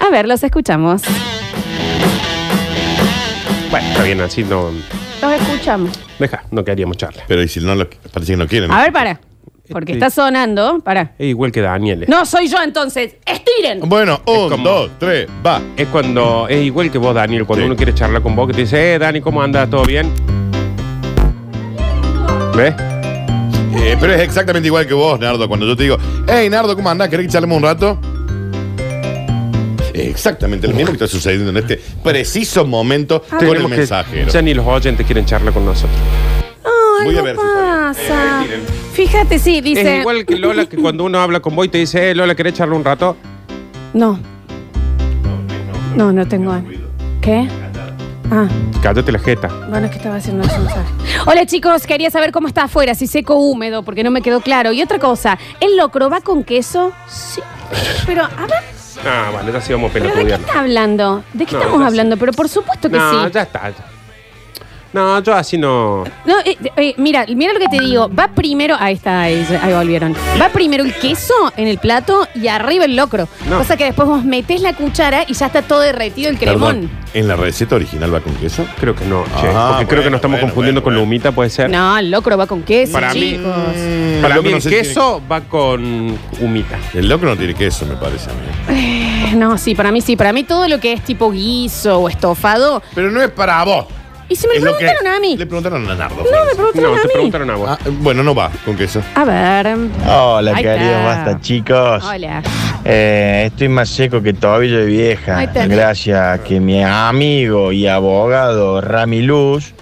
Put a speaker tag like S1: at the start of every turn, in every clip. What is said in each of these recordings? S1: A ver, los escuchamos.
S2: Bueno, está bien, así no.
S1: Los escuchamos.
S2: Deja, no queríamos charla.
S3: Pero y si no lo, parece que no quieren.
S1: A ver, para. Porque está sonando. Para.
S2: Es igual que Daniel. eh.
S1: No, soy yo entonces. ¡Estiren!
S3: Bueno, un,
S2: como-
S3: dos, tres, va.
S2: Es cuando. Es igual que vos, Daniel. Cuando
S3: Sí.
S2: uno quiere charlar con vos, que te dice, eh, Dani, ¿cómo andas? ¿Todo bien? ¿Ves?
S1: Ah.
S3: Eh, pero es exactamente igual que vos, Nardo. Cuando yo te digo, hey, Nardo, ¿cómo andás? ¿Querés que charlemos un rato? Exactamente lo mismo que está sucediendo en este preciso momento
S1: Ah,
S3: con el
S2: Tenemos que-
S3: mensajero.
S2: Ya ni los oyentes quieren charlar con nosotros.
S1: Ay,
S3: Voy a
S1: no
S3: ver si está
S1: pasa.
S3: bien. Eh,
S1: Fíjate, sí, dice.
S2: Es igual que Lola, que cuando uno habla con vos y te dice, eh, Lola, ¿querés charlar un rato?
S1: No. No, no tengo. ganas. ¿Qué? Ah.
S2: Cállate la jeta.
S1: Bueno, es que estaba haciendo el mensaje. Hola chicos, quería saber cómo está afuera, si seco o húmedo, porque no me quedó claro. Y otra cosa, ¿el locro va con queso? Sí. Pero, a ver,
S2: Ah, bueno, ya sí vamos a
S1: ¿pero de qué
S2: pelotudearnos.
S1: está hablando? ¿De qué
S2: No,
S1: estamos
S2: ya
S1: hablando? Pero por supuesto que
S2: No,
S1: sí.
S2: ya está. No, yo así no.
S1: No, eh, eh, mira, mira lo que te digo. Va primero, ahí está, ahí, ahí volvieron. Va primero el queso en el plato y arriba el locro.
S2: No.
S1: Cosa que después vos metés la cuchara y ya está todo derretido el cremón.
S3: Perdón, ¿en la receta original va con queso?
S2: Creo que no, che.
S3: Ah,
S2: porque creo que
S3: bueno,
S2: nos estamos
S3: bueno,
S2: confundiendo
S3: bueno,
S2: con
S3: bueno.
S2: Lumita, puede ser.
S1: No, el locro va con queso.
S2: Para mí-
S1: chicos.
S3: Mm,
S2: Para
S3: locro
S2: mí
S3: no
S2: el
S3: sé
S2: queso va con humita.
S3: tiene- el locro no tiene queso, me parece a mí.
S1: Eh, No, sí, para mí sí. Para mí todo lo que es tipo guiso o estofado.
S3: Pero no es para vos.
S1: Y si me
S3: Es
S1: lo
S3: lo que-
S1: preguntaron a mí.
S3: Le preguntaron a Nardo.
S1: No, me preguntaron
S2: No, te
S1: a mí.
S2: preguntaron a vos.
S3: Ah, bueno, no va con queso.
S1: A ver.
S4: Hola,
S1: Ahí
S4: queridos
S1: está.
S4: basta, chicos.
S1: Hola.
S4: Eh, estoy más seco que tobillo de vieja.
S1: Ahí tenés.
S4: Gracias a que mi amigo y abogado Rami Luz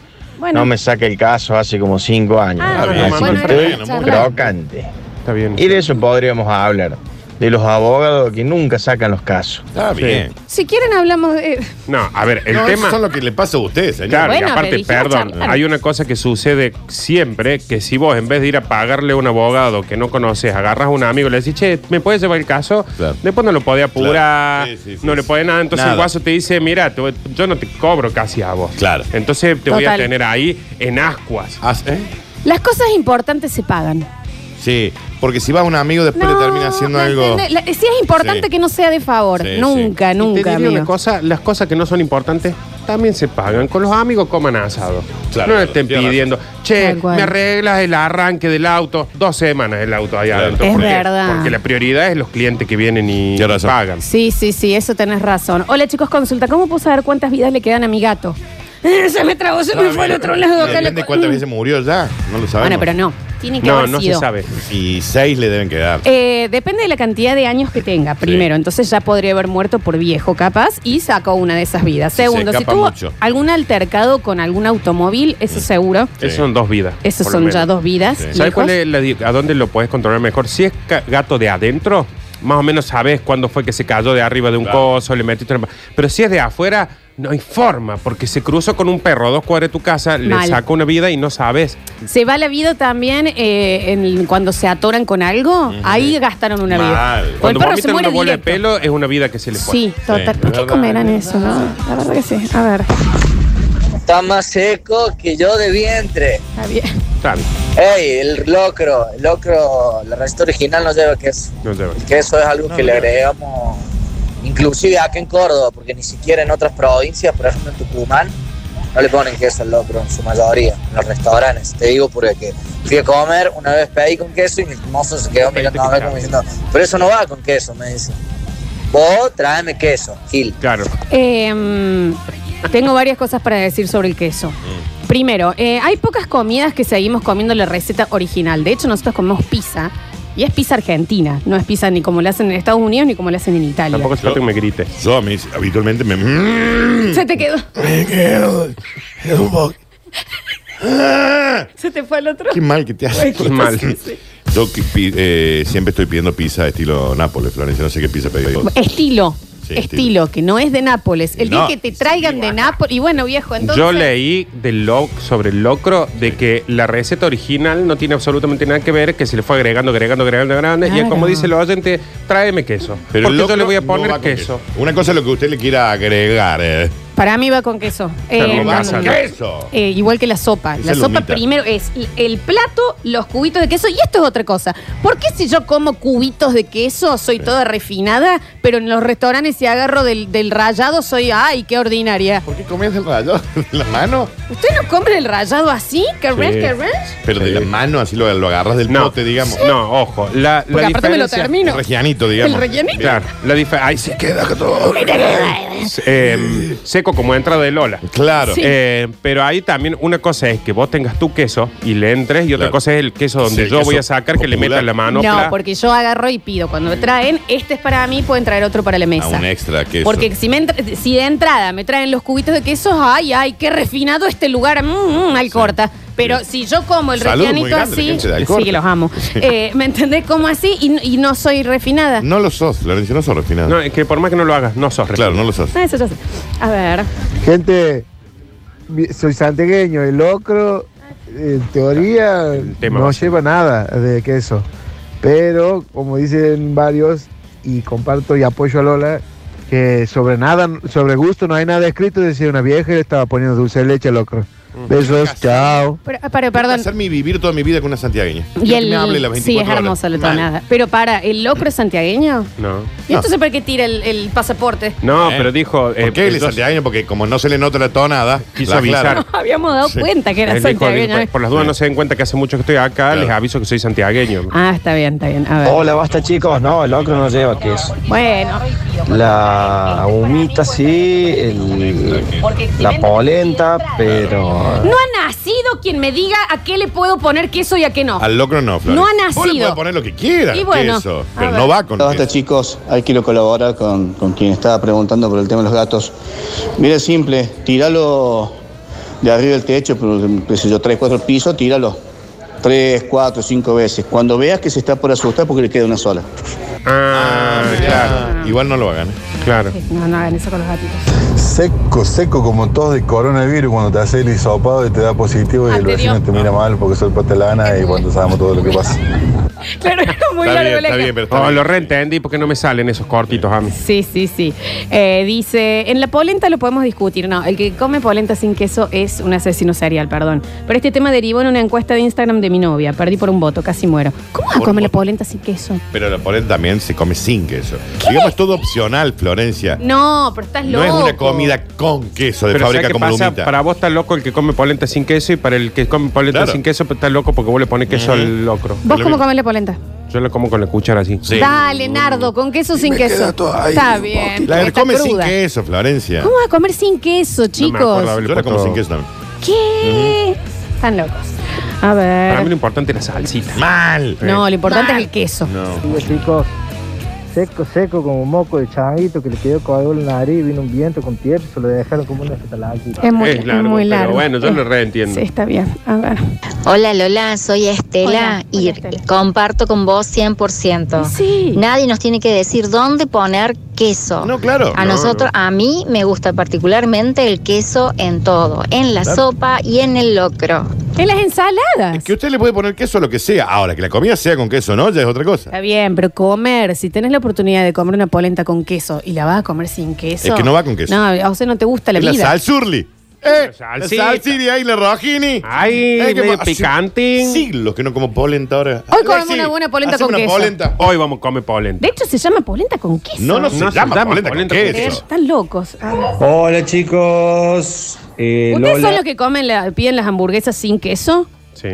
S1: Bueno.
S4: no me saque el caso hace como cinco años.
S1: Ah,
S3: bien,
S4: Así
S3: bueno,
S4: que
S3: bueno,
S4: estoy
S3: charla.
S4: crocante.
S2: Está bien.
S4: Y de eso podríamos hablar. De los abogados que nunca sacan los casos.
S3: Está
S2: Sí.
S3: bien.
S1: Si quieren hablamos de. eh,
S2: No, a ver, el
S3: No,
S2: tema.
S3: eso es lo que le pasa a ustedes, señor.
S2: Claro,
S1: Bueno,
S2: y aparte,
S1: religión,
S2: perdón,
S1: charlar.
S2: hay una cosa que sucede siempre, que si vos en vez de ir a pagarle a un abogado que no conoces, agarras a un amigo y le decís, che, ¿me puedes llevar el caso?
S3: Claro.
S2: Después no lo podés apurar,
S3: Claro. Sí, sí, sí,
S2: no le
S3: sí.
S2: podés nada, entonces
S3: Nada.
S2: el guaso te dice, mira, te voy- yo no te cobro casi a vos.
S3: Claro.
S2: Entonces te voy a
S1: Total.
S2: tener ahí en ascuas.
S3: Ah, ¿eh?
S1: Las cosas importantes se pagan.
S3: Sí, porque si va un amigo después le termina haciendo
S1: ¿me
S3: algo.
S1: entendés? La- si es importante
S3: Sí.
S1: que no sea de favor.
S3: Sí,
S1: nunca,
S2: Y
S1: nunca.
S2: te diré
S1: amigo.
S2: una cosa, las cosas que no son importantes también se pagan. Con los amigos coman asado.
S3: Claro,
S2: no le estén
S3: tienes
S2: pidiendo, che,
S1: Tal cual.
S2: me arreglas el arranque del auto, dos semanas el auto allá
S3: Claro.
S2: adentro.
S1: Es
S2: ¿Por qué?
S1: verdad.
S2: Porque la prioridad es los clientes que vienen y
S3: Tienes razón.
S2: pagan.
S1: Sí, sí, sí, eso tenés razón. Hola chicos, consulta, ¿cómo puedo saber cuántas vidas le quedan a mi gato? se me trabó, se me fue al otro lado. acá
S3: Depende
S1: lo-
S3: cuántas veces murió ya, no lo sabemos.
S1: Bueno, pero no. Tiene que
S2: No,
S1: haber
S2: no se
S1: sido.
S2: sabe.
S3: Y seis le deben quedar.
S1: Eh, depende de la cantidad de años que tenga, primero. Entonces ya podría haber muerto por viejo, capaz, y sacó una de esas vidas.
S3: Sí, se
S1: Segundo, si
S3: escapa
S1: tuvo
S3: mucho.
S1: algún altercado con algún automóvil, eso seguro.
S3: Sí.
S2: Esas son dos vidas.
S1: Esas
S2: por lo
S1: son ya
S2: menos.
S1: dos vidas.
S3: Sí.
S2: ¿Sabes
S1: lejos.
S2: cuál es la di- a dónde lo puedes controlar mejor? Si es ca- gato de adentro, más o menos sabes cuándo fue que se cayó de arriba de un
S3: Claro.
S2: coso, le metiste una- Pero si es de afuera, no hay forma, porque se cruzó con un perro a dos cuadras de tu casa,
S1: Mal.
S2: le sacó una vida y no sabes.
S1: Se va la vida también eh, en- cuando se atoran con algo. Ahí gastaron una
S3: Mal.
S1: vida. O el
S2: Cuando
S1: perro se
S2: vomitan
S1: muere
S2: una bola de pues.
S1: directo.
S2: pelo, es una vida que se le fue.
S1: Sí, total.
S3: Sí,
S1: ¿Por qué
S3: verdad,
S1: comerán
S3: verdad.
S1: eso, no? La verdad que sí. A ver,
S5: Está más seco que yo de vientre.
S1: está bien.
S2: Está bien,
S5: Ey, el locro, el locro, la receta original no lleva queso.
S2: no te
S5: El queso es algo que le agregamos, inclusive acá en Córdoba, porque ni siquiera en otras provincias, por ejemplo en Tucumán, no le ponen queso al locro en su mayoría, en los restaurantes. Te digo porque fui a comer, una vez pedí con queso y mi mozo se quedó mirando a mí como diciendo, pero eso no va con queso, me dice. Vos tráeme queso, Gil.
S2: Claro.
S1: Eh, tengo varias cosas para decir sobre el queso.
S2: Mm.
S1: Primero, eh, hay pocas comidas que seguimos comiendo la receta original. De hecho, nosotros comemos pizza y es pizza argentina. No es pizza ni como la hacen en Estados Unidos ni como la hacen en Italia.
S2: Tampoco es falta que me grite.
S3: Yo a mí habitualmente me.
S1: Se te quedó.
S3: Me quedo. en un bo- Ah,
S1: Se te fue al otro.
S3: Qué mal que te hace.
S2: Qué mal.
S3: Yo que pi- eh, siempre estoy pidiendo pizza estilo Nápoles, Florencia. No sé qué pizza pedí.
S1: Estilo.
S3: Sí,
S1: estilo,
S3: estilo.
S1: que no es de Nápoles. El día
S3: No.
S1: que te traigan de Nápoles. Y bueno, viejo, entonces.
S2: Yo leí del lo- sobre el locro de que la receta original no tiene absolutamente nada que ver, que se le fue agregando, agregando, agregando, agregando. Y
S1: Claro.
S2: como dice el oyente, tráeme queso.
S3: Pero
S2: porque
S3: el
S2: yo
S3: locro
S2: le voy a
S3: no
S2: poner
S3: va con
S2: queso.
S3: Una cosa es lo que usted le quiera agregar. eh.
S1: Para mí va con queso.
S2: Claro,
S1: Eh,
S2: con
S3: va
S2: queso.
S3: con queso.
S1: eh, igual que la sopa.
S3: Esa
S1: la sopa
S3: lomita.
S1: primero es l- el plato, los cubitos de queso y esto es otra cosa. ¿Por qué si yo como cubitos de queso soy toda refinada, pero en los restaurantes si agarro del, del rayado soy, ay, qué ordinaria?
S3: ¿Por qué comías el rayo? ¿De la mano?
S1: ¿Usted no compra el rayado así? ¿Qué ranch, qué ranch?
S3: Pero de
S2: Sí.
S3: la mano, así lo, lo agarras del
S2: No,
S3: pote, digamos.
S2: No, ojo. La, la
S1: Porque aparte me lo
S2: diferencia-
S1: termino.
S3: El regianito, digamos.
S1: ¿El rellenito?
S2: Claro, la diferencia. Ahí se queda todo. Eh, seco como entrada de Lola.
S3: Claro. Ah,
S1: Sí.
S2: Eh, pero ahí también una cosa es que vos tengas tu queso y le entres y otra
S3: Claro.
S2: cosa es el queso donde
S3: Sí, el
S2: yo voy a
S3: queso
S2: sacar que le
S3: popular.
S2: metas la mano.
S1: No, porque yo agarro y pido. Cuando me traen, este es para mí, pueden traer otro para la mesa.
S3: A un extra queso.
S1: Porque si, me entra- si de entrada me traen los cubitos de queso, ay, ay, qué refinado este lugar, mmm, al corta. Pero si yo como el
S3: Salud, muy
S1: refianito
S3: grande la
S1: así,
S3: gente de
S1: sí
S3: Alcorta.
S1: que los amo. Eh, ¿Me entendés? Como así y, n- y no soy refinada.
S3: No lo sos, Lorenzo, no sos refinado.
S2: No, es que por más que no lo hagas, no sos
S3: claro, no
S2: refinado.
S3: lo sos.
S1: Ah, Eso yo sé. A ver,
S6: Gente, mi- soy santegueño. El locro, en teoría,
S2: tema
S6: no
S2: va a ser-
S6: lleva nada de queso. Pero, como dicen varios, y comparto y apoyo a Lola, que sobre nada, sobre gusto no hay nada escrito, decía una vieja y le estaba poniendo dulce de leche al locro. Besos, chao.
S1: pero, pero,
S3: Perdón. Hacer
S1: perdón.
S3: mi vivir toda mi vida con una santiagueña. Quiero
S1: Y
S3: que me hable
S1: el,
S3: las
S1: sí, es
S3: 24
S1: hermosa la
S3: horas.
S1: tonada.
S3: Mal.
S1: Pero para, ¿el locro es santiagueño?
S2: No.
S1: ¿Y entonces para qué tira el, el pasaporte?
S2: No,
S3: Eh,
S2: pero dijo. eh,
S3: ¿Por qué él es
S2: yo-
S3: santiagueño? Porque como no se le nota la tonada,
S2: Quiso
S3: la
S2: avisar.
S3: aclara.
S1: Habíamos dado
S3: Sí.
S1: cuenta que era
S2: él dijo,
S1: santiagueño. ¿eh?
S2: dijo, por las dudas no se den cuenta que hace mucho que estoy acá,
S3: Claro.
S2: les aviso que soy santiagueño.
S1: Ah, está bien, está bien. A ver.
S7: Hola, basta chicos. No, el locro no lleva queso.
S1: Bueno,
S7: La humita sí, el- la polenta, pero
S1: no ha nacido quien me diga a qué le puedo poner queso y a qué no.
S3: Al locro no, Flores.
S1: No ha
S3: Vos le
S1: nacido.
S3: podés poner lo que quieras,
S1: Y bueno,
S3: queso,
S1: a
S3: pero
S1: ver.
S3: no va con
S8: Basta
S3: queso.
S8: chicos, hay que colaborar con, con quien estaba preguntando por el tema de los gatos. Mira es simple, tíralo de arriba del techo, por, qué sé yo, 3, 4 pisos, tíralo. 3, 4, 5 veces. Cuando veas que se está por asustar porque le queda una sola.
S2: Ah, claro,
S3: Ah, Igual no lo hagan. ¿eh?
S2: claro.
S1: No, no hagan eso con los gatitos.
S9: Seco, seco como todos de coronavirus cuando te hace el hisopado y te da positivo y
S1: Ah,
S9: el
S1: te dio.
S9: vecino te mira mal porque soy patelana y cuando sabemos todo lo que pasa.
S1: Claro, es muy
S3: Está
S1: largo
S3: bien,
S1: el
S3: está bien,
S1: ejemplo.
S3: pero está
S2: Oh,
S3: bien.
S2: lo reentendí porque no me salen esos cortitos a mí.
S1: Sí, sí, sí. Eh, dice, en la polenta lo podemos discutir. No, el que come polenta sin queso es un asesino serial, perdón. Pero este tema derivó en una encuesta de Instagram de mi novia. Perdí por un voto, casi muero. ¿Cómo vas a
S3: Por
S1: comer la
S3: voto.
S1: polenta sin queso?
S3: Pero la polenta también se come sin queso. Digamos, es todo opcional, Florencia.
S1: No, pero estás
S3: No
S1: loco.
S3: es una comida con queso de
S2: Pero ¿sabes
S3: fábrica
S2: qué
S3: como
S2: pasa?
S3: Lumita.
S2: Para vos está loco el que come polenta sin queso y para el que come polenta
S3: Claro.
S2: sin queso pues, está loco porque vos le pones queso al locro.
S1: ¿Vos
S3: lo
S1: cómo
S3: mismo.
S1: comes la polenta?
S2: Yo lo como con la cuchara así.
S3: Sí.
S1: Dale, Nardo, con queso sin queso. Está bien.
S3: La
S1: está
S3: come sin
S1: cruda.
S3: queso, Florencia.
S1: ¿Cómo vas a comer sin queso,
S2: No me acuerdo
S1: chicos?
S2: haberle
S3: Yo la como
S2: puesto-
S3: sin queso también.
S1: ¿Qué? Están locos. A
S2: Para mí
S1: ver.
S2: lo importante es la salsita.
S3: Mal.
S1: No, lo importante es el queso.
S3: No.
S6: chicos, seco, seco como moco de changuito que le quedó con en la nariz, vino un viento con tierra y se lo dejaron como una fetalaki.
S1: Es muy,
S2: Es
S1: es
S2: largo,
S1: muy
S2: pero
S1: largo.
S2: bueno, yo
S1: Eh,
S2: lo reentiendo.
S1: Sí, está bien. A ver.
S10: Hola Lola, soy Estela
S1: Hola,
S10: y
S1: hola, Estela.
S10: comparto con vos 100%.
S1: Sí.
S10: Nadie nos tiene que decir dónde poner queso.
S3: No, claro.
S10: A
S2: no,
S10: nosotros, a mí me gusta particularmente el queso en todo, en la sopa y en el locro.
S1: En las ensaladas.
S3: Que usted le puede poner queso a lo que sea. Ahora, que la comida sea con queso, ¿no? Ya es otra cosa.
S1: Está bien, pero comer, si tenés la oportunidad de comer una polenta con queso y la vas a comer sin queso.
S3: Es que no va con queso.
S1: No, o sea, no te gusta la
S3: Y la
S1: vida.
S3: salsurli. ¿Eh?
S2: La
S3: La
S2: salsita.
S3: salsiri ahí, la rojini.
S2: Ay,
S3: que
S2: medio
S3: pa-
S2: picante.
S3: hace Siglos que no como polenta ahora.
S1: Hoy comemos
S3: Alexi,
S1: una buena polenta
S3: haceme
S1: con
S3: una
S1: queso.
S3: polenta.
S2: Hoy vamos a comer polenta.
S1: De hecho, se llama polenta con queso.
S3: No, no, se,
S2: No se
S3: llama,
S2: llama
S3: polenta,
S2: polenta
S3: con
S2: con
S1: Eh,
S3: queso.
S1: Están locos. A ver.
S7: Hola chicos. Eh,
S1: ¿Ustedes
S7: Lola.
S1: son los que comen la- piden las hamburguesas sin queso?
S2: Sí.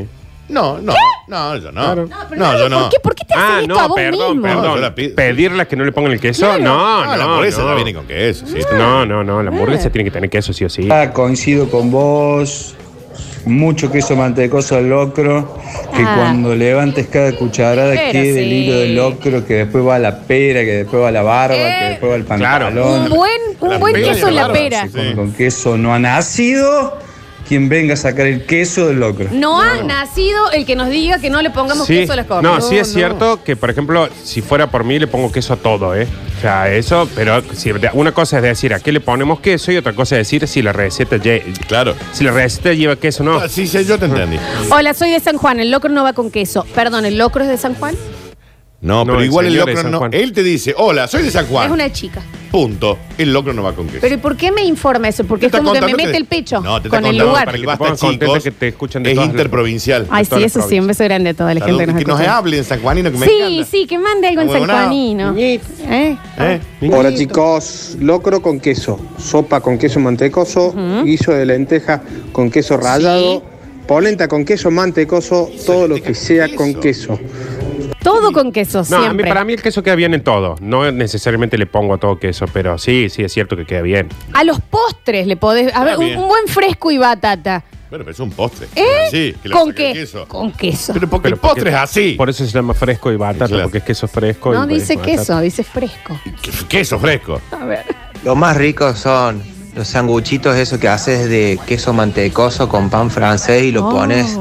S3: No, no, no, yo no. No, yo no.
S1: ¿Por qué, ¿Por qué te
S2: Ah,
S1: hacen esto a
S2: no,
S1: vos
S2: perdón,
S1: mismo?
S3: No, yo
S2: perdón.
S3: la pido.
S2: Pedirlas que no le pongan el queso.
S1: Claro.
S2: No,
S3: Ah,
S2: no.
S3: la hamburguesa
S2: no.
S3: ya viene con queso, sí.
S2: No, no, no. La
S1: Eh.
S2: hamburguesa tiene que tener queso, sí o sí.
S7: Ah, coincido con vos. Mucho queso mantecoso al locro. Que
S1: Ah.
S7: cuando levantes cada cucharada
S1: Pero
S7: quede el
S1: sí.
S7: hilo del locro, que después va a la pera, que después va a la barba,
S1: Eh.
S7: que después va al
S2: Claro.
S7: pantalón.
S1: Un buen, un
S3: La
S1: buen
S3: pera
S1: queso
S3: de
S1: en la
S3: barba,
S1: pera.
S3: sí.
S7: Con- Con queso no ha nacido quien venga a sacar el queso del locro.
S1: No ha nacido el que nos diga que no le pongamos
S2: Sí.
S1: queso a las comidas.
S2: No, sí es cierto que, por ejemplo, si fuera por mí, le pongo queso a todo, ¿eh? O sea, eso, pero si- una cosa es decir a qué le ponemos queso y otra cosa es decir si la receta, lle-
S3: Claro.
S2: si la receta lleva queso o no.
S3: Ah, Sí, sí, yo te entendí.
S1: Hola, soy de San Juan. El locro no va con queso. Perdón, ¿el locro es de San Juan?
S3: No,
S2: No,
S3: pero
S2: el
S3: igual el
S2: señor es
S3: locro
S2: San
S3: no.
S2: Juan.
S3: Él te dice, hola, soy de San Juan.
S1: Es una chica.
S3: Punto. El locro no va con queso.
S1: Pero ¿y por qué me informa eso? Porque es
S3: Te está
S1: como que me
S3: contando
S1: mete
S3: que-
S1: el pecho
S3: No, te está
S1: con el
S3: contando
S1: lugar.
S2: Para
S3: para el
S2: que te
S3: Basta,
S2: pongan contenta
S3: chicos,
S2: que te escuchan de
S3: es
S2: todas las-
S3: interprovincial.
S1: Ay, sí,
S2: todas las
S1: eso sí, un beso grande a toda la
S3: Salud,
S1: gente que nos
S3: que nos
S1: escucha.
S3: hablen San Juanino, que me
S1: Sí,
S3: encanta.
S1: sí, que mande algo en San
S3: Abandonado.
S1: Juanino. ¿Eh?
S3: ¿Eh?
S11: Hola chicos, locro con queso, sopa con queso mantecoso, guiso de lenteja con queso rallado, polenta con queso mantecoso, todo lo que sea con queso.
S1: Todo con queso,
S2: No, a mí,
S1: siempre.
S2: para mí el queso queda bien en todo. No necesariamente le pongo a todo queso, pero sí, sí, es cierto que queda bien.
S1: A los postres le podés. A ver, un,
S2: bien.
S1: un buen fresco y batata.
S3: Bueno, pero es un postre.
S1: ¿Eh?
S3: Sí, que le
S1: ¿Con
S3: saca el
S1: qué?
S3: queso.
S1: Con queso.
S3: Pero porque el
S2: Pero
S3: postre es así.
S2: Por eso se llama fresco y batata, porque es queso fresco.
S1: No
S2: y
S1: dice
S2: batata.
S1: queso, dice fresco.
S3: Queso fresco.
S1: A ver.
S12: Los más ricos son los sanguchitos, eso que haces de queso mantecoso con pan francés y lo
S1: Oh.
S12: pones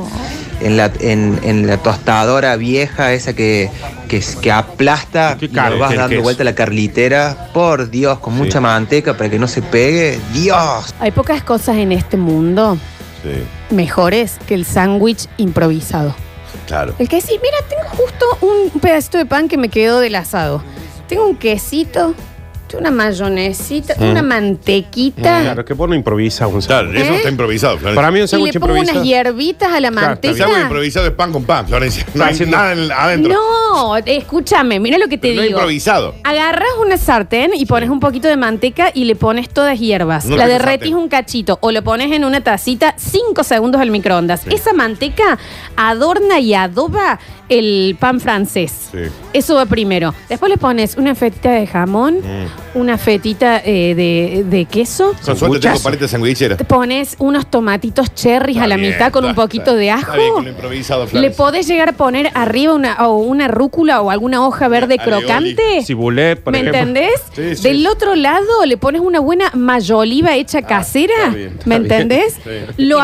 S12: en la, en, en la tostadora vieja, esa que, que, es- que aplasta y
S2: caro
S12: lo vas
S2: que el
S12: dando
S2: queso.
S12: vuelta a la carlitera. Por Dios, con mucha manteca para que no se pegue. Dios.
S1: Hay pocas cosas en este mundo
S3: Sí,
S1: mejores que el sándwich improvisado.
S3: claro.
S1: El que decís, mira, tengo justo un pedacito de pan que me quedó del asado. Tengo un quesito, tengo una mayonesita,
S2: Mm.
S1: una mantequita.
S2: Claro, que vos no improvisas un
S3: Claro,
S2: sándwich.
S3: eso
S1: ¿Eh?
S3: está improvisado, Florencia.
S2: Para mí un
S1: Y le
S2: sándwich
S1: pongo unas
S2: improvisado.
S1: hierbitas a la
S3: El
S1: manteca.
S3: sándwich improvisado es pan con pan, Florencia. No hay
S2: haciendo-
S3: nada en- adentro.
S1: No, escúchame, mira lo que te
S3: Pero no es
S1: digo.
S3: improvisado.
S1: Agarras una sartén y pones un poquito de manteca y le pones todas hierbas.
S3: No
S1: la
S3: tengo
S1: derretís
S3: sartén.
S1: un cachito o lo pones en una tacita 5 segundos al microondas. Esa manteca adorna y adoba el pan francés.
S3: Sí.
S1: Eso va primero. Después le pones una fetita de jamón, una fetita eh, de, de queso.
S3: Mm. Con suerte tengo
S2: Sanguchazo.
S3: paleta sandwichera.
S1: Te pones unos tomatitos cherries a la
S3: Está
S1: mitad
S3: bien,
S1: con un
S3: está-
S1: poquito de
S3: está-
S1: ajo.
S3: Está bien, con lo improvisado,
S1: ¿Le
S3: Florencia.
S1: podés llegar a poner arriba una, o una rúcula o alguna hoja verde
S3: Alioli.
S1: crocante?
S2: Cibulet, por
S1: ¿Me
S2: ejemplo.
S1: entendés?
S3: Sí, sí.
S1: Del otro lado le pones una buena mayoliva hecha casera.
S3: Ah, está bien, está
S1: ¿Me
S3: bien.
S1: entendés?
S3: Sí.
S1: Lo
S12: Improvisado.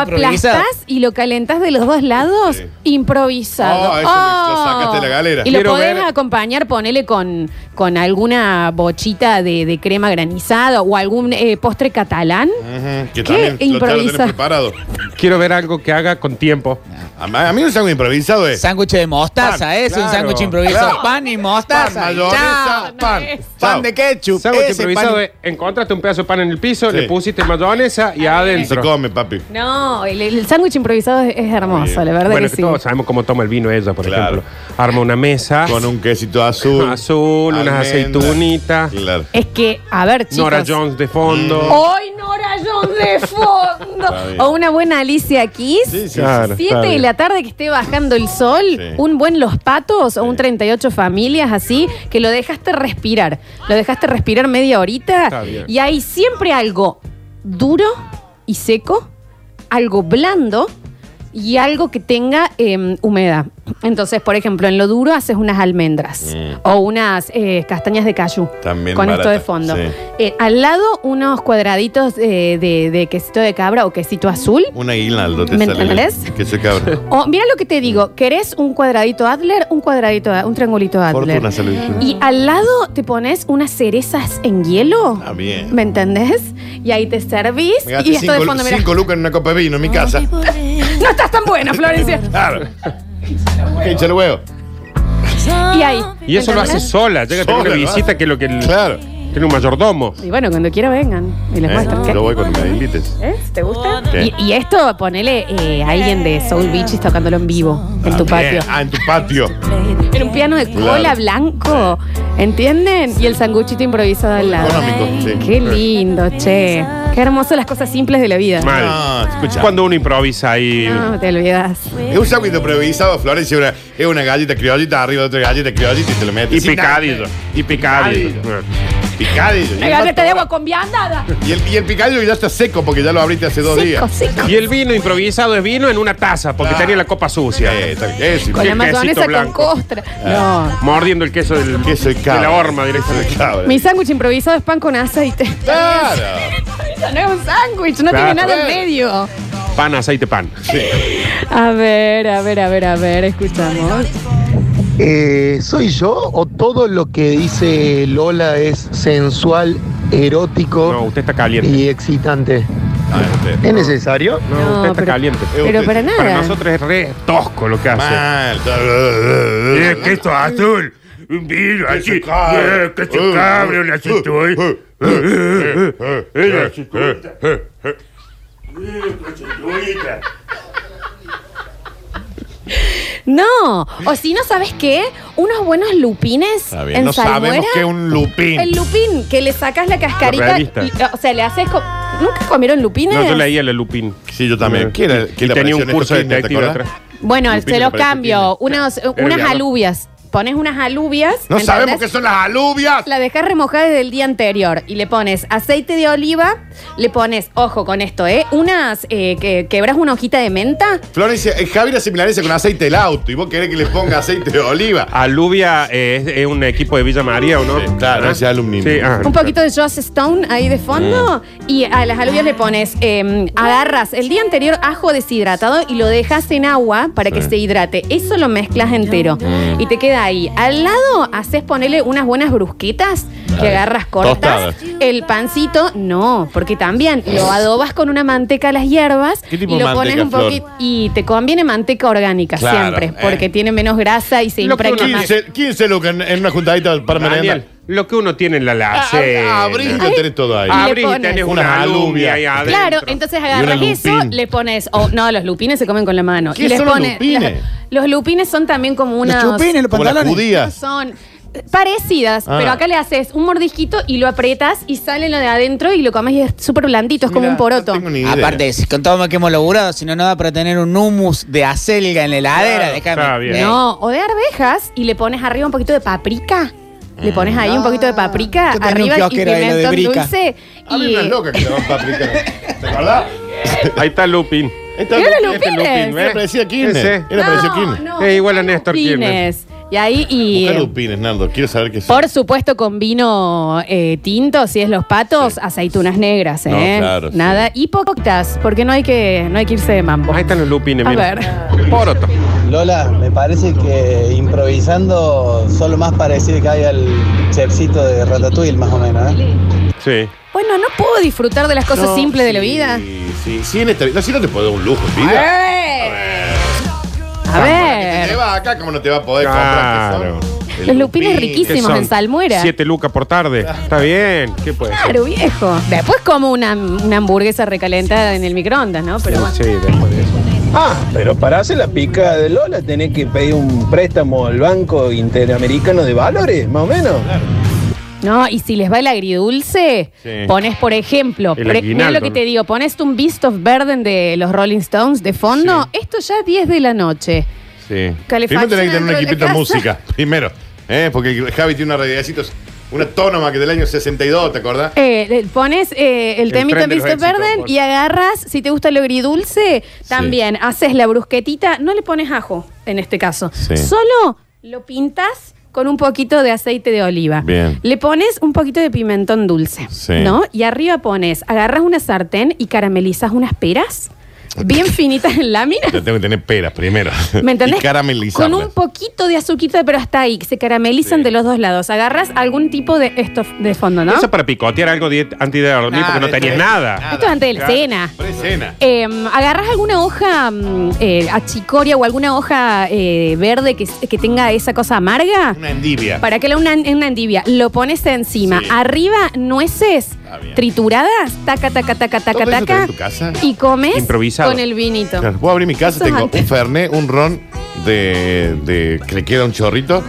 S1: aplastás y lo calentás de los dos lados. Improvisado. Ah.
S3: Oh, eso lo- lo sacaste de la galera.
S1: Y lo
S2: Quiero
S1: podés
S2: ver-
S1: acompañar, ponele con, con alguna bochita de, de crema granizada o algún eh, postre catalán.
S3: Ujú,
S1: ¿Qué
S3: Que también lo- ya lo
S1: improvisa?
S3: tenés preparado.
S2: Quiero ver algo que haga con tiempo.
S3: A, ma- a mí un sándwich improvisado eh. es.
S13: Sándwich de mostaza,
S2: Pan,
S14: ¿eh?
S13: ese es un
S2: claro.
S13: sándwich improvisado.
S3: Claro.
S13: Pan y
S3: Pan,
S13: mostaza. y chao.
S3: mayonesa, pan.
S13: Pan de
S3: qué?
S13: ketchup.
S2: Sándwich
S13: ese
S2: improvisado
S13: pan-
S2: es, encontraste un pedazo de pan en el piso,
S3: Sí.
S2: le pusiste mayonesa y
S3: Se
S2: adentro.
S3: come, papi.
S1: No, el, el sándwich improvisado es, es hermoso, la verdad
S2: Bueno,
S1: que
S2: que
S1: sí.
S2: todos sabemos cómo toma el vino ella, por
S3: Claro.
S2: ejemplo. Arma una mesa,
S3: Con un quesito azul.
S2: Ah. azul, unas
S3: almendras.
S2: aceitunitas,
S3: Claro.
S1: Es que, a ver, chicos. Oh,
S2: Nora Jones de fondo.
S1: Hoy Nora Jones de
S3: Está bien.
S1: fondo. o una buena Alicia Keys.
S3: Sí, sí,
S2: Claro,
S1: Siete
S2: está
S1: de
S2: bien.
S1: la tarde que esté bajando el sol,
S3: Sí.
S1: un buen Los Patos o un
S3: Sí.
S1: 38 familias así, que lo dejaste respirar. Lo dejaste respirar media
S2: Está
S1: horita
S2: bien.
S1: y hay siempre algo duro y seco, algo blando y algo que tenga eh, humedad. Entonces, por ejemplo, en lo duro haces unas almendras o unas eh, castañas de cayú.
S3: Mm. También
S1: con esto
S3: barata,
S1: de fondo.
S3: sí.
S1: Eh, al lado, unos cuadraditos eh, de, de quesito de cabra o quesito azul.
S3: Un aguinaldo te
S1: ¿Me
S3: sale.
S1: entendés?
S3: Que se cabra.
S1: O, mira lo que te digo, ¿querés un cuadradito Adler? Un cuadradito, un triangulito Adler.
S3: Fortuna salud.
S1: Y al lado te pones unas cerezas en hielo.
S3: Ah, bien.
S1: ¿Me entendés? Y ahí te servís.
S3: Me gasté
S1: Y esto
S3: cinco,
S1: de fondo, mira.
S3: cinco lucas en una copa de vino en mi casa.
S1: No estás tan buena, Florencia.
S3: Claro. Que echa el huevo.
S1: Y ahí.
S2: Y eso lo hace
S1: ¿entendés?
S2: sola, llega a tener
S3: Sola,
S2: una
S3: lo
S2: visita que lo que
S3: Claro.
S2: tiene un mayordomo.
S1: Y bueno, cuando quiera vengan. Y les
S3: ¿Eh?
S1: muestro. ¿qué?
S3: Yo voy cuando me invites.
S1: ¿Eh? ¿Te gusta?
S3: Sí.
S1: Y, y esto, ponele eh, alguien de Soul Beaches tocándolo en vivo, en tu patio.
S3: Bien. Ah, en tu patio.
S1: En un piano de cola
S3: Claro.
S1: blanco, ¿entienden? Y el sanguchito improvisado al lado.
S3: Económico, sí.
S1: Qué lindo, che. Qué hermoso las cosas simples de la vida.
S3: Ah,
S2: Mal.
S3: No, escucha.
S2: Cuando uno improvisa ahí.
S1: No, te olvidas.
S3: Es un sándwich improvisado, Florencia. una- es una galleta criollita arriba de otra galleta criollita y te lo metes.
S2: Y
S3: sin nada.
S2: picadillo. Y picadillo.
S3: Picadillo. Y
S1: La
S3: el-
S1: galleta de agua con viandada.
S3: Y el, y el picadillo ya está seco porque ya lo abriste hace dos
S1: Seco,
S3: días.
S1: seco.
S2: Y el vino improvisado es vino en una taza, porque tenía la copa sucia.
S3: Eh, tal- eso,
S1: Con la
S2: quesito
S1: mayonesa con
S2: blanco. Ah.
S1: costra.
S2: Mordiendo el queso del
S3: Queso y
S2: de
S3: cabra.
S2: la horma
S3: y
S2: directamente.
S1: No.
S3: cabra.
S1: Mi sándwich improvisado es pan con aceite.
S3: Claro.
S1: Eso no es un sándwich, no
S2: Claro.
S1: tiene nada en medio.
S2: Pan, aceite, pan.
S1: A ver, a ver, a ver, a ver, escuchamos.
S15: Eh, ¿Soy yo o todo lo que dice Lola es sensual, erótico
S2: No, usted está caliente.
S15: y excitante?
S3: Ah, este.
S15: ¿Es necesario?
S2: No,
S1: No,
S2: usted está
S1: pero-
S2: caliente.
S1: Pero para nada.
S2: Para nosotros es re tosco lo que hace.
S3: Mal.
S2: esto azul.
S13: Eh, un vidrio
S3: Que
S13: así.
S3: se cabre.
S13: eh, Que se cabre
S3: uh,
S13: una aceituna. Eh, eh, eh, eh, Una aceituna.
S1: No, o si no, ¿sabes qué? Unos buenos lupines
S3: Está bien.
S1: en
S3: No
S1: salmuera.
S3: sabemos qué es un lupín.
S1: El lupín, que le sacas la cascarita.
S2: Realista.
S1: y, o sea, le haces. co- ¿Nunca comieron lupines?
S2: No, yo leía la Lupín.
S3: Sí, yo también. ¿Quién era- quién le
S2: y tenía
S3: apareció
S2: un
S3: en estos
S2: curso de
S3: Kirchner, te
S2: detective
S3: acordás?
S2: atrás.
S1: Bueno,
S3: Lupines
S1: se
S3: me
S1: lo
S3: parece
S1: cambio. Unos, unas
S2: vegano.
S1: alubias. Pones unas alubias.
S3: No
S1: ¿me
S3: sabemos
S1: entendés?
S3: qué son las alubias.
S1: La dejas remojada desde el día anterior y le pones aceite de oliva, le pones, ojo con esto, ¿eh? Unas, eh, que quebras una hojita de menta.
S3: Florencia, eh, Javier hace milanesa con aceite del auto y vos querés que le ponga aceite de oliva.
S2: Alubia eh, es, es un equipo de Villa María, ¿o no? claro,
S3: ese alumni.
S2: Sí, ah.
S1: Un poquito de Joss Stone ahí de fondo
S14: Mm.
S1: y a las alubias le pones, eh, agarras el día anterior ajo deshidratado y lo dejas en agua para que
S3: Sí.
S1: se hidrate. Eso lo mezclas entero
S14: Mm.
S1: y te queda ahí. Al lado haces ponerle unas buenas brusquetas que agarras cortas.
S14: Tostadas.
S1: El pancito, no, porque también lo adobas con una manteca a las hierbas
S14: ¿Qué tipo
S1: y
S14: de
S1: lo
S14: manteca,
S1: pones un
S14: Flor?
S1: poquito y te conviene manteca orgánica
S3: Claro,
S1: siempre,
S3: eh.
S1: porque tiene menos grasa y se impregna más.
S3: 15, 15 lucas en, en una juntadita para
S2: Daniel,
S3: merendar.
S2: Lo que uno tiene en la
S1: Ah,
S2: alacena.
S3: Abrís y lo tenés todo ahí.
S1: Ay,
S2: Abrís
S1: le
S2: y
S1: pones.
S2: tenés una
S3: Unas
S2: alubia
S3: alubias.
S2: ahí adentro.
S1: Claro, entonces
S2: Y
S1: agarras
S2: una
S1: eso,
S2: lupín.
S1: le pones. oh, no, los lupines se comen con la mano.
S3: ¿Qué
S1: y les
S3: son los
S1: pones-
S3: lupines?
S1: los lupines son también como unas.
S3: chupines, los Como las pantalones. judías.
S1: Son eh, parecidas,
S3: Ah.
S1: pero acá le haces un mordisquito y lo apretas y sale lo de adentro y lo comes y es súper blandito, es como un poroto.
S14: Aparte, si con todo lo que hemos laburado, si no, no da para tener un humus de acelga en la heladera,
S2: Claro,
S14: déjame.
S2: está bien.
S14: Eh,
S1: No, o de arvejas y le pones arriba un poquito de paprika. Le pones ahí un poquito de paprika
S14: Yo tenía un
S1: arriba y
S14: kiosquero ahí, lo de
S1: pimentón
S14: brica.
S1: dulce.
S3: Hay
S1: y-
S3: unas locas que le van para aplicar. ¿Te acordás?
S2: Ahí está Lupin.
S3: Esta
S1: Mira los
S2: Este
S1: lupines.
S3: Era parecido a Kirchner. Era parecido a Kirchner.
S1: no,
S2: Es Eh, igual a Néstor Kirchner.
S1: Lupines. Y ahí y. eh,
S3: Busca lupines, Nardo. Quiero saber qué son.
S1: Por supuesto, con vino eh, tinto, si es los patos, aceitunas negras, ¿eh?
S3: No, claro, sí.
S1: Nada. Y pococtas, porque no hay que, no hay que irse de mambo.
S2: Ahí están los lupines,
S1: A
S2: mira.
S1: ver.
S2: Poroto.
S16: Lola, me parece que improvisando solo más parecido que hay al chefcito de Ratatouille, más o menos. ¿eh?
S2: Sí.
S1: Bueno, no puedo disfrutar de las cosas
S3: No,
S1: simples de la
S3: sí,
S1: vida.
S3: Sí, sí, en esta vida. Si no te puedo dar un lujo, en vida.
S1: ¡Eh! A
S3: Vamos,
S1: ver.
S3: que Te va acá, ¿cómo no te va a poder
S2: Claro.
S3: comprar? ¿Qué son?
S1: Los lupines riquísimos
S2: ¿Qué son?
S1: en salmuera.
S2: Siete lucas por tarde. Está bien. ¿Qué puede ser?
S1: Claro, viejo. Después como una, una hamburguesa recalentada en el microondas, ¿no? Pero bueno.
S2: Sí, después de eso.
S17: Ah, pero para hacer la pica de Lola tenés que pedir un préstamo al Banco Interamericano de Valores, más o menos.
S1: No, y si les va el agridulce,
S17: Sí.
S1: pones, por ejemplo,
S17: El
S1: pre- mira
S17: aguinaldo,
S1: lo que
S17: ¿no?
S1: te digo, pones un Beast of Burden de los Rolling Stones de fondo, esto ya 10 de la noche.
S3: Sí.
S1: Calefacción
S3: Primero tenés que tener un
S1: dentro de la
S3: equipito de
S1: casa.
S3: música. Primero. ¿eh? Porque Javi tiene una radiacita, una autónoma que del año 62, ¿te acordás?
S1: Eh, le pones eh, el,
S3: El
S1: temita
S3: tren de
S1: Beast
S3: los
S1: of
S3: éxitos,
S1: Burden
S3: por-
S1: y agarras, si te gusta el agridulce, también haces la brusquetita, no le pones ajo en este caso,
S3: Sí.
S1: solo lo pintas con un poquito de aceite de oliva.
S3: Bien.
S1: Le pones un poquito de pimentón dulce,
S3: Sí.
S1: ¿no? Y arriba pones, agarras una sartén y caramelizas unas peras bien finitas en láminas.
S3: Ya tengo que tener peras primero.
S1: ¿Me entendés?
S3: Y caramelizarlas.
S1: Con un poquito de azuquita, pero hasta ahí, que se caramelizan de los dos lados. Agarras algún tipo de esto de fondo, ¿no? Ah.
S2: Eso es para picotear algo de- antes de dormir
S3: Nada,
S2: porque no
S3: esto
S2: tenías
S3: es-
S2: nada.
S1: Esto es antes de la
S2: Claro.
S1: cena.
S3: Pre-cena.
S1: Eh, agarras alguna hoja mm, eh, achicoria o alguna hoja eh, verde que, que tenga esa cosa amarga.
S3: Una endivia.
S1: Eh. Para que la una, una endivia, lo pones encima. Arriba, nueces trituradas, taca, taca, taca, taca,
S3: ¿Todo eso
S1: taca.
S3: tenés en tu casa?
S1: Y comes
S3: Improvisado.
S1: con el vinito.
S3: Claro, Voy a abrir mi casa,
S1: Eso es
S3: tengo
S1: antes.
S3: un fernet, un ron de, de que le queda un chorrito.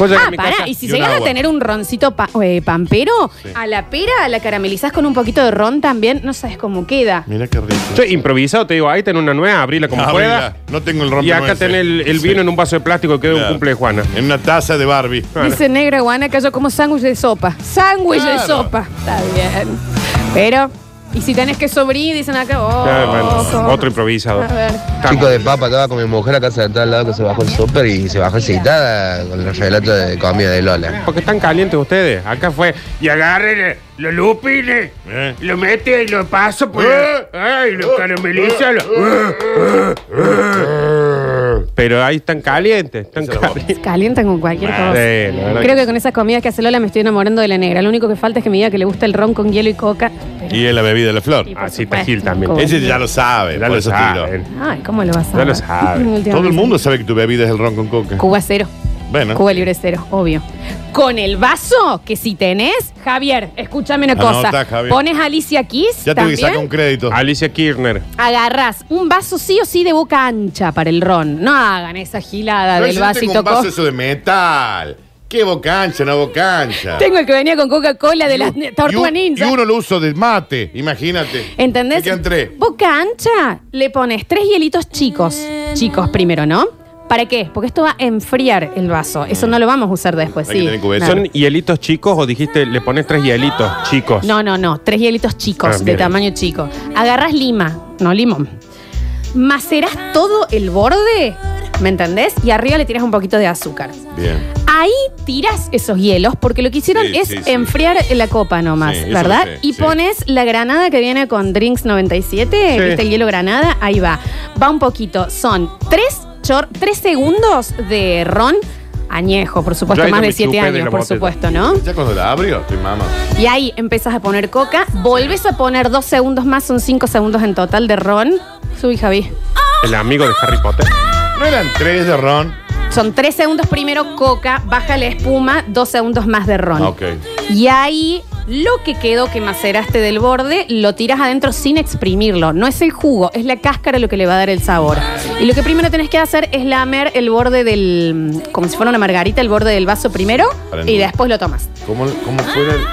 S1: Ah, pará, y si llegas a tener un roncito pa- eh, pampero,
S3: Sí.
S1: a la pera la caramelizás con un poquito de ron también, no sabes cómo queda.
S3: Mira qué rico.
S2: Yo improvisado te digo, ahí ten una nueva, abrila como
S3: Abrila.
S2: pueda.
S3: No tengo el ron
S2: Y
S3: de
S2: acá
S3: nueces.
S2: tenés el, el vino
S3: Sí.
S2: en un vaso de plástico que queda un
S3: Claro.
S2: cumple de Juana.
S3: En una taza de Barbie.
S1: Dice negra guana que yo como sándwich de sopa. Sándwich de
S3: Claro.
S1: sopa. Está bien. Pero, y si tenés que sobrir, dicen acá, oh,
S2: Claro, bueno,
S1: ¿cómo?
S2: otro improvisador.
S1: A ver.
S18: Chico de papa, estaba con mi mujer acá sentada al lado que se bajó el súper y se bajó excitada con los relatos de comida de Lola.
S2: Porque están calientes ustedes. Acá fue. Y agarren eh, los lupines.
S3: Eh.
S2: Lo mete y lo paso por. Ay, lo carameliza.
S3: Eh.
S2: Pero ahí están calientes. Están calientes.
S1: Calientan con cualquier cosa.
S2: Sí, la verdad
S1: Creo
S2: que
S1: que con esas comidas que hace Lola me estoy enamorando de la negra. Lo único que falta es que me diga que le gusta el ron con hielo y coca.
S3: Y es la bebida de la flor.
S2: Así Tajil también.
S3: Ese ya lo sabe,
S2: Ya
S3: por
S2: lo
S3: eso
S2: saben.
S3: tiro.
S1: Ay, ¿cómo lo vas a
S3: Ya lo
S1: saber?
S3: sabe. Todo el mundo sabe que tu bebida es el ron con coca.
S1: Cuba cero.
S3: Bueno.
S1: Cuba Libre cero, obvio. Con el vaso que si tenés, Javier, escúchame una
S2: Anota,
S1: cosa.
S2: Javier.
S1: Pones Alicia Kiss
S2: Ya tuve que
S1: también.
S2: sacar un crédito. Alicia Kirchner.
S1: Agarrás un vaso sí o sí de boca ancha para el ron. No hagan esa gilada
S3: Pero
S1: del
S3: yo este tengo
S1: vasito
S3: un vaso
S1: co-
S3: eso de metal. ¿Qué bocancha, no bocancha?
S1: Tengo el que venía con Coca-Cola de la
S3: y, un-
S1: tortuga ninja.
S3: y uno lo uso de mate, imagínate.
S1: ¿Entendés?
S3: Que entré.
S1: Boca ancha, le pones tres hielitos chicos. Chicos primero, ¿no? ¿Para qué? Porque esto va a enfriar el vaso. Eso no lo vamos a usar después, sí.
S2: ¿Son hielitos chicos o dijiste le pones tres hielitos chicos?
S1: No, no, no. Tres hielitos chicos,
S2: Ah,
S1: de
S2: bien.
S1: tamaño chico. Agarras lima, no limón. Macerás todo el borde, ¿me entendés? Y arriba le tiras un poquito de azúcar.
S3: Bien.
S1: Ahí tiras esos hielos, porque lo que hicieron
S3: Sí,
S1: es
S3: sí, sí.
S1: enfriar la copa nomás,
S3: Sí, eso
S1: ¿verdad?
S3: lo sé,
S1: y
S3: sí.
S1: pones la granada que viene con Drinks 97,
S3: Sí.
S1: ¿viste el hielo granada? Ahí va. Va un poquito. Son tres, chor- tres segundos de ron añejo, por supuesto,
S3: Yo ahí
S1: más
S3: no
S1: de
S3: me
S1: 7
S3: chupé de
S1: años,
S3: la
S1: por
S3: botella.
S1: supuesto, ¿no?
S3: Ya cuando la abrió, estoy mamá.
S1: Y ahí empezás a poner coca, volvés a poner dos segundos más, son cinco segundos en total de ron. Subí, Javi.
S2: El amigo de Harry Potter.
S3: ¿No eran tres de ron?
S1: Son tres segundos primero coca, baja la espuma, dos segundos más de ron.
S3: Ok.
S1: Y ahí lo que quedó que maceraste del borde, lo tiras adentro sin exprimirlo. No es el jugo, es la cáscara lo que le va a dar el sabor. Y lo que primero tenés que hacer es lamer el borde del, como si fuera una margarita, el borde del vaso primero
S3: Para
S1: y
S3: no-
S1: después lo tomas.
S3: ¿Cómo, cómo fuera el-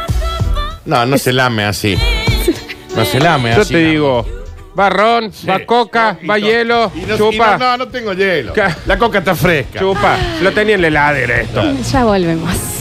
S3: No, no se lame así. No se lame
S2: Yo
S3: así.
S2: te
S3: nada.
S2: digo, va ron, va coca, va hielo,
S3: Y no,
S2: chupa.
S3: y no, no, no tengo hielo.
S2: Ca-
S3: La coca está fresca.
S2: Chupa, lo tenía en la heladera esto.
S1: Ya volvemos.